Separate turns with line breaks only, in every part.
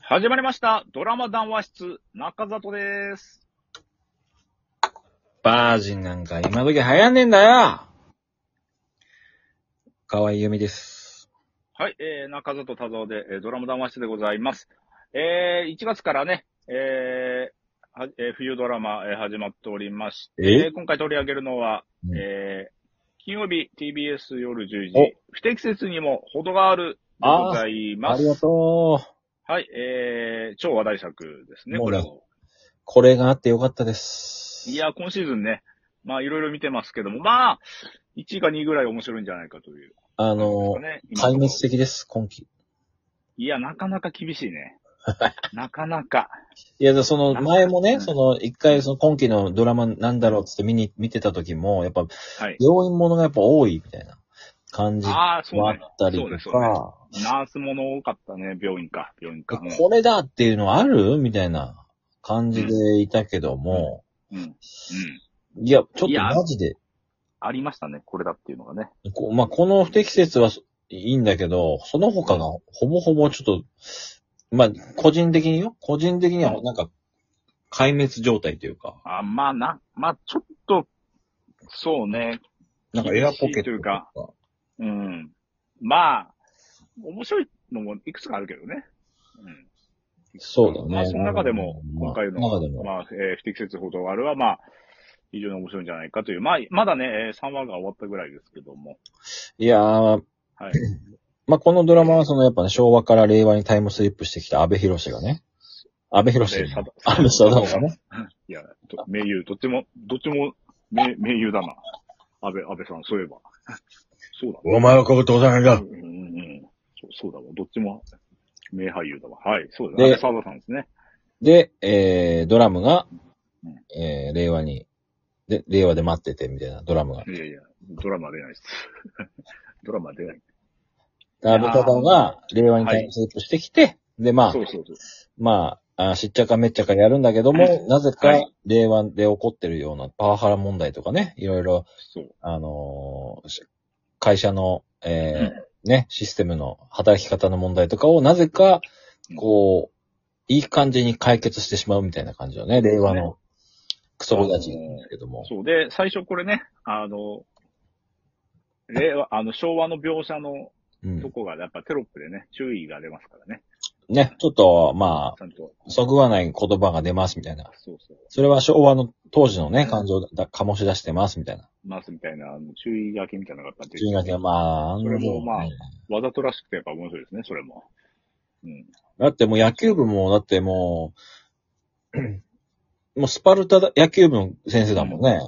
始まりました。ドラマ談話室、中里です。
バージンなんか今時流行んねえんだよ河合由美です。
はい、えー、中里田蔵で、えードラマ談話室でございます。えー、1月からね、えーはえー冬ドラマ、えー始まっておりまして、
え
今回取り上げるのは、
うん
えー、金曜日 TBS 夜10
お
時、不適切にも程があるでございま
あ
す。
りがとう。
はい、えー、超話題作ですね、
も
こ
う
れ
ね
は。
これがあってよかったです。
い、や、今シーズンね、まあいろいろ見てますけども、まあ、1か2ぐらい面白いんじゃないかという。
あの、
ね、今
壊滅的です、今季。
いや、なかなか厳しい ね。なかなか。
いや、その前も
うん
ね、その一回その今季のドラマなんだろうっつって見に、見てた時も、やっぱ
はい。
病院ものがやっぱ多いみたいな感じが
ああ、そう
あっ
ね。
たり
そうねそ
と
うね
か、
ナースもの多かったね。病院か。病院か。うん
これだっていうのあるみたいな感じでいたけども、
うん。うん。
いや、ちょっと
いや
マジで
ありましたね。これだっていうのがね。
こまあ、この不適切はそいいんだけど、その他がほぼほぼちょっと、まあ、個人的によ個人的にはなんか、壊滅状態というか、
あ、まあな、まあちょっと、そうね。
なんかエアポケッ
厳
ト
しいというか
とか。
うん。まあ、面白いのもいくつかあるけどね。うん。
そうだね。
まあ、その中でも、
まあ
今回の、
中でも、
まあ、えー不適切報道があるは、まあ、非常に面白いんじゃないかという。まあ、まだね、3話が終わったぐらいですけども。
いやー、
はい。
まあ、このドラマはそのやっぱね、昭和から令和にタイムスリップしてきた安倍博士がね、安倍博士
え、さだ
安倍貞夫がね、
いや、と名優、どっちも、どっちも、名、名優だな。安倍、安倍さん、そういえば。 そうだ
お前はここ当然
わ。
だ
うんうんうん。そうそうだわ。どっちも、名俳優だわ。はい、そうだ。安
で
倍沢田さんですね。
で、えー、ドラムが
う、
えー、令和に、で、令和で待っててみたいなドラムが。
いやいや、ドラマ出ないです。 ドラマ出ない。
安倍太郎が令和にタイムスリップしてきて、で、まあ
そ、うそうそう。
まあ、あしっちゃかめっちゃかやるんだけども、なぜ
は
か
い
令和で起こってるようなパワハラ問題とかね、いろいろ、
そう。
あのーし会社の、えー
う
ね、システムの働き方の問題とかをなぜか
うん、
こう、いい感じに解決してしまうみたいな感じのね、令和
ね
のクソガチなんだけども。
そう。で、最初これね、あの、令和、あの、昭和の描写の
う
と
ん。
こが、やっぱテロップでね、注意が出ますからね。
ね、ちょっと、ま
ちゃんと。
あ、そぐわない言葉が出ますみたいな。
そうそう。
それは昭和の当時のね、感情だ、醸し出してますみたいな。
ますみたいな、あの注意書きみたいなのがあったんで
注意書きはまあ、
それもまあ
あのね
わざとらしくてやっぱ面白いですね、それも。うん。
だってもう野球部も、だってもう、 もうスパルタだ野球部の先生だもんね。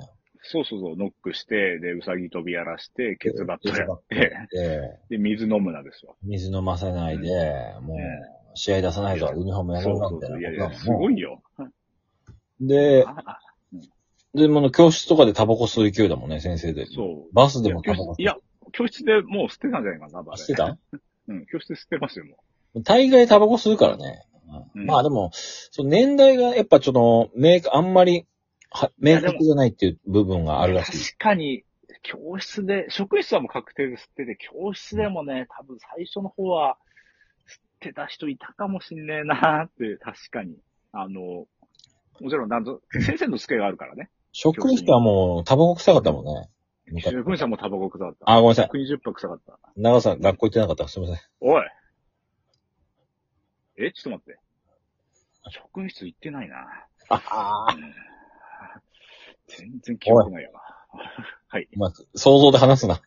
そうそうそう、ノックして、で、うさぎ飛びやらして、ケツバットやっ
ケツ
て、
で、
で、水飲むなですよ。
水飲ませないで、も
ね
う、試合出さない
い
と
や
ユニフォーム
そう
やるん
そう
だみたい
そう。いやい
な
や、
こと
す
だも
ご
んね。
いよ。
で、
あ
でもの教室とかでタバコ吸う勢いだもんね、先生で。
そう。
バス
い
で
や
も
教
タバコ
室いや、教室でもう捨てたんじゃないかな、あれ
吸ってた
うん、教室で捨てますよ、も
大概タバコ吸うからね。
うん
まあでも、その年代がやっぱちょっとメーカー、あんまりは、明確じゃないっていう部分が
う。
あるら
確
しい。
かに、教室で、職員室はもう確定で吸ってて、教室でもね、多分最初の方は、吸ってた人いたかもしんねえなーって、確かに。あの、もちろん、なんぞ、先生の助があるからね。
職員室はもうタバコ臭かったもんね。昔
十分者もタバコ臭かった。
あ、ごめんなさい。
120泊臭かった。
長さん、学校行ってなかった。すみません。
おいえ、ちょっと待って。職員室行ってないな。
ああ。
全然記憶ないよな。はい。
まあ、想像で話すな。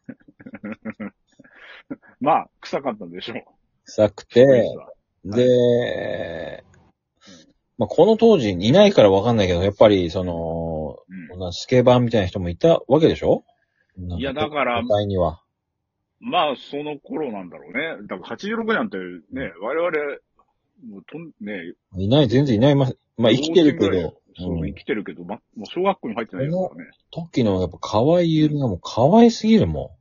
まあ、臭かったんでしょう。
臭く
職員
て
室、は
で、まあ、この当時いないからわかんないけど、やっぱり、その、こんなスケバンみたいな人もいたわけでしょ
いやだから
舞台には。
うん、まあ、その頃なんだろうね。だから86年ってね、我々、もうとん、ね、
いない、全然いないま、まあ、生きてるけ
老人ぐらい
ど、
そう、
うん
生きてるけど、ま、もう小学校に入ってないですからね。
時のやっぱ可愛い指がもう可愛すぎるも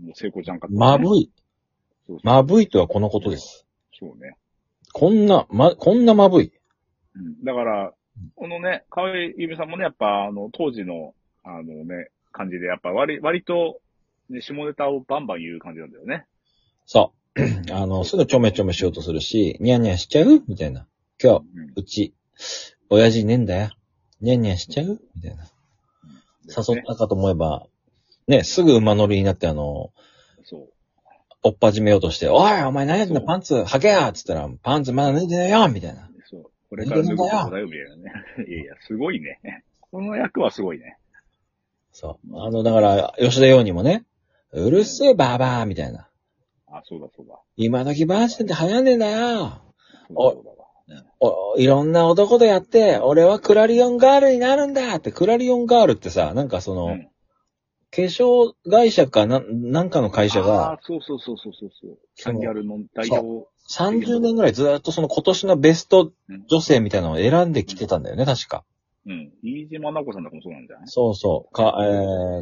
もう成功じゃんかった、
ん。まぶい。
そうそう
まぶいとはこのことです。
そうね。
こんな、ま、こんなまぶい。
だから、このね、河合ゆみさんもね、やっぱ、あの、当時の、あのね、感じで、やっぱ割、割と、ね、下ネタをバンバン言う感じなんだよね。
そあ の、すぐちょめちょめしようとするし、ニャンニャンしちゃうみたいな。今日、
うん
うち、親父ねえんだよ。ニャンニャンしちゃうみたいな。誘ったかと思えば、ね、すぐ馬乗りになって、あの、
そう。
追っ始めようとして、おい、お前何やってんだ、
そう
パンツ、はけやっつったら、パンツまだ脱いでないよみたいな。
そう。これから脱ぐとこだよ、みた いなね。いやいや、すごいね。この役はすごいね。
そう。あの、だから、吉田洋にもね、うるせえ、ばばーみたいな。
あ、そうだそうだ。
今時バージョンって流行んねんだよ。
そうだそうだわ。
お、いろんな男とやって、俺はクラリオンガールになるんだって、クラリオンガールってさ、なんかその、
うん
化粧会社かな、なんかの会社
あ
が、
ーそうそうそうそうそうそう。
そ
サ
の
ンギャルの代表。
30年ぐらいずっとその今年のベスト
うん
女性みたいなのを選んできてたんだよね、確か。
うん。飯島直子さんとかもそうなんじゃない
そうそう。か、え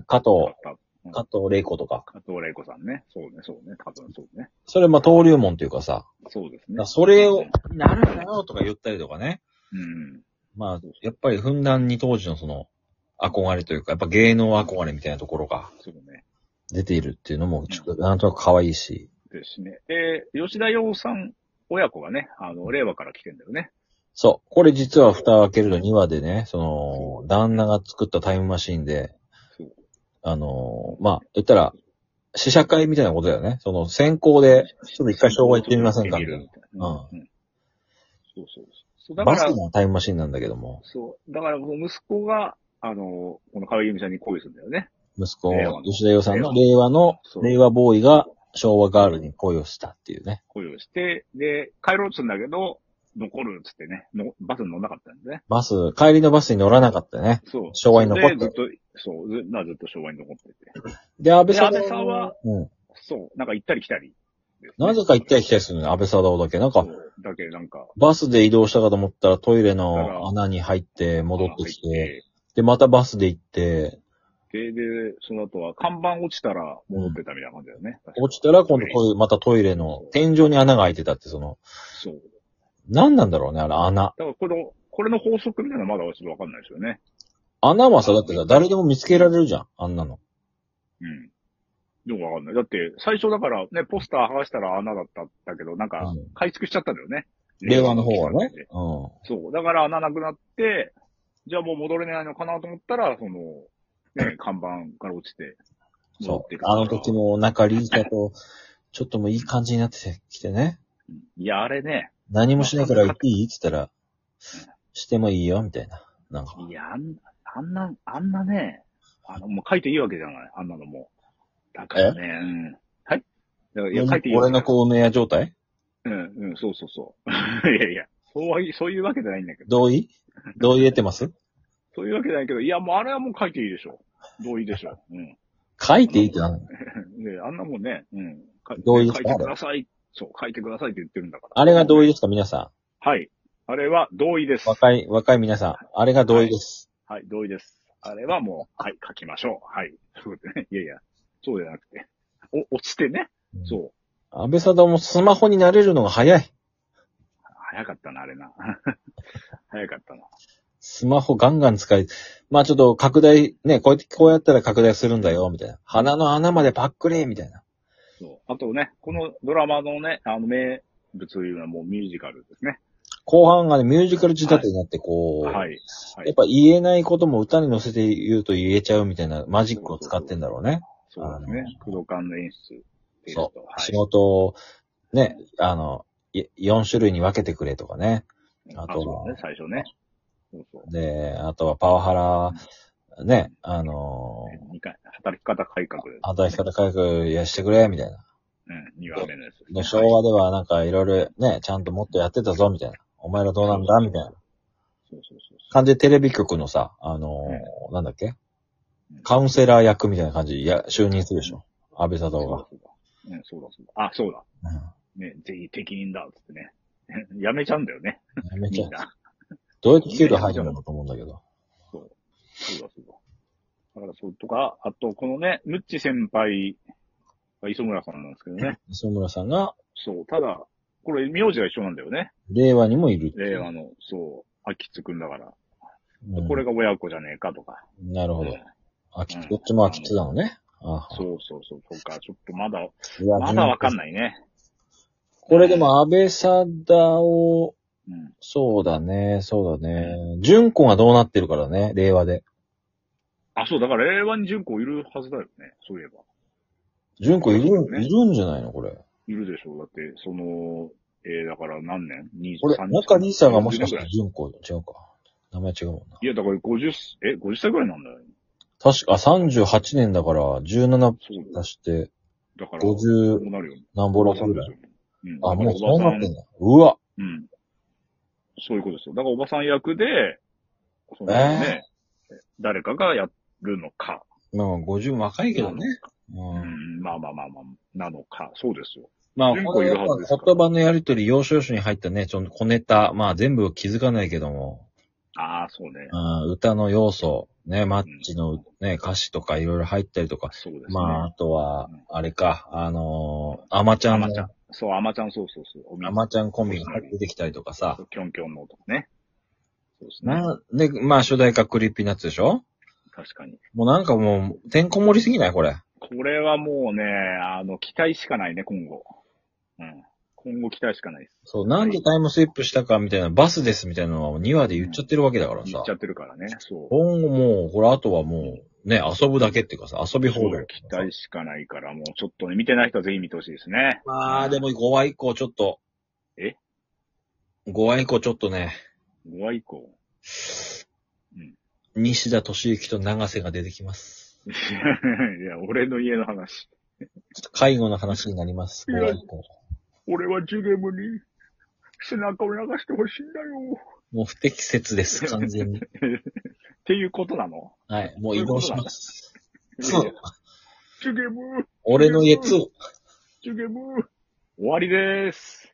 ー、加藤、
加うん
加藤玲子とか。
藤玲子さんね。そうね、そうね。多分そうね。
それまあ登竜門っていうかさ、
そうです
だか
ね
ら。それを、なるんだよとか言ったりとかね。
うん。
まあ、やっぱりふんだんに当時のその、憧れというか、やっぱ芸能憧れみたいなところが
そうね。
出ているっていうのも、ちょっとなんとなく可愛いし。
ですね。で、吉田洋さん親子がね、あの、令和から来てんだよね。
そう。これ実は蓋を開けると2話でね、その、旦那が作ったタイムマシーンで、
そう。
あのーまあ、言ったら、試写会みたいなことだよね。その、先行で、ちょっと一回昭和行ってみませんかみたいな
うん。うんそうそうそう。だか
バス
ら
ケ、のタイムマシーンなんだけども、
そう。だから、息子が、あの、この川合由美さんに恋するんだよね。
息子
令和、の
吉田洋さんの令和の
そ、う
令和ボーイが昭和ガールに恋をしたっていうね。
恋をして、で、帰ろうとするんだけど、残るっつってね、のバスに乗んなかったんでね。
バス、帰りのバスに乗らなかったよね。
そう。
昭和に残って
でずっと、そう、ずなずっと昭和に残ってて。
で、安倍サ
で
ダ
安倍さんは、
うん。
そう、なんか行ったり来たりですね、
なぜか行ったり来たりするのよ、安倍サダだけ。なんか
そ、うだけどなんか、
バスで移動したかと思ったらトイレ
だから
の穴に入って戻ってき
入
て、で、またバスで行って、
で、で、その後は看板落ちたら戻ってたみたいな感じだよね。
落ちたら今度
う。
トイレ、またトイレの天井に穴が開いてたって、その、
そう。
何なんだろうね、あれ穴。
だからこの、これの法則みたいなのまだちょっとわかんないですよね。
穴はさ、だってさ、誰でも見つけられるじゃん、あんなの。
うん。でもわかんない。だって、最初だからね、ポスター剥がしたら穴だったんだけど、なんか
うん、
改築しちゃったんだよね。
令和の方はね。うん。
そう。だから穴なくなって、じゃあもう戻れないのかなと思ったら、その、 ね、看板から落ちて、戻
そ
って
う
く。る
あの時も中リーダーと、ちょっともういい感じになってきてね。
うんいや、あれね、
何もしないから行っていいって言ったら、してもいいよ、みたいな。なんか。
いや、あんあんな、あんなね、あの、もう書いていいわけじゃない、あんなのもう。だからね、うん。はいだからいや、書いていいわけじ
俺
ゃ
の
ない
こうメア状態
うん、うん、そうそうそう。 いやいや、そうはい、そういうわけじゃないんだけど、
同意同意得てます
そういうわけじゃないけど、いや、もうあれはもう書いていいでしょ。同意でしょ。うん。
書いていいってなんだ
で、あん なもんね、うん。か
同意です
書い
か
てください。そう、書いてくださいって言ってるんだから。
あれが同
意
意ですか皆さ
はい。あれは同意です
ん。。若い、若い皆さん。あれが同意です。
はい、同意です。あれはもう、はい、書きましょう。はい。そう でね。いやいや、そうじゃなくて。お、落ちてね。そう。
安倍サダもスマホになれるのが早い。
早かったな、あれな。 早かったな。
スマホガンガン使い、まあちょっと拡大、ね、こうやって、こうやったら拡大するんだよ、みたいな。鼻の穴までパックリみたいな。
そう。あとね、このドラマのね、あの、名物というのはもうミュージカルですね。
後半がね、ミュージカル仕立てになって、こう、
はい。はい
やっぱ言えないことも歌に乗せて言うと言えちゃうみたいなマジックを使ってんだろうね。
そうですね。工藤館の演出。テイスト
そ
は
う。仕
い。
事を、ね、あの、4種類に分けてくれとかね。あと
そ
は
うね、最初ね。そうそう。
で、あとはパワハラ、ね、あのー、
二回、働き方改革で
働き方改革やしてくれ、みたいな。
うん、二話目のやつですね、
で、昭和ではなんかいろいろね、ちゃんともっとやってたぞ、みたいな。お前らどうなんだみたいな。
そうそうそうそう。
感じでテレビ局のさ、あのーなんだっけカウンセラー役みたいな感じでいや就任するでしょ。安倍佐藤が。
そうだそうだ。うん、そうだそうだ。あ、そうだ。ね、ぜひ適任だ、つってね。 やめちゃうんだよね。
うん。めっち
み
ゃ
ん、な。
どうやって給料入るんだろうと思うんだけど。
そうだそうだ。だからそうとか、あとこのね、ムッチ先輩が磯村さんなんですけどね。
磯村さんが
そう、ただ、これ名字が一緒なんだよね。
令和にもいるっていう
令和の、そう、秋津くんだから。
うん
これが親子じゃねえかとか。
なるほど
うん。
あき
うん
どっちも空き地なのね。あ
そうそうそう、とか、ちょっとまだ、
いや
まだわかん
い。
ないね。
これでも安倍サダを、
うん。
そうだね、そうだね。純子がどうなってるからね、令和で。
あ、そう、だから令和に純子いるはずだよね。そういえば。
純子いる、
そうだね
いるんじゃないのこれ。
いるでしょう。だって、その、えー、だから何年
これ、
?23
中西さんがもしかし
50ぐら
たら
い
純子、違うか。名前違うもんな。
いや、だから50、え、50歳ぐらいなんだよ。
確か、あ38年だから、
そ
17
うだよ。
足して、
だから、こ
50
うなるよね。
何ぼらくぐらい。
うん。
あ、も
だか
う
ら
そう
おば
な
さ
っ
ん
てんだ。うわ。
うん。そういうことですよ。だからおばさん役で、その
えー
ね、誰かがやるのか。
まあ、50若いけどね。
う
うん。
ん、まあまあまあまあ、なのか。そうですよ。
まあ、
純
こ
子い
れ
る
はま
は
あ
ずですから
言葉のやりとり、要所要所に入ったね、ちょっと小ネタ、まあ全部気づかないけども、
ああ、そうね。
うん、歌の要素、ね、マッチのね、歌詞とかいろいろ入ったりとか、
そうですね。
まあ、あとは
うん、
あれか、あのー、アマちゃ
あ
ん
ま
の、
ちゃん。そう、あまちゃん、そうそうそう。おみ
アマちゃんコンビが出てきたりとかさ、
キョンキョンの男ね。そうですね。
な、で、まあ初代化クリーピーナッツでしょ
確かに。
もうなんかもう、てんこ盛りすぎないこれ。
これはもうね、あの、期待しかないね、今後。うん。今後期待しかないです。
そう、なんでタイムスリップしたかみたいな、バスですみたいなのは2話で言っちゃってるわけだから
言
さ
っち。ゃってるからね。そう。
今後もう、これあとはもう、ね、遊ぶだけっていうかさ、遊び放
そう
題。
期待しかないから、もうちょっとね、見てない人はぜひ見てほしいですね。
まあ、でも5話以降ちょっと。
え
?5 話以降ちょっとね、
5話以 降。
西田敏行と長瀬が出てきます。
いや、俺の家の話。
ちょっと介護の話になります。
い
5
や
話以降。
俺はジュゲムに背中を流してほしいんだよ。
もう不適切です、完全に。
っていうことなの
はい、もう移動します。
そういうことなんだジュゲ
2
ム、
俺の家2。
ジュゲム。終わりです。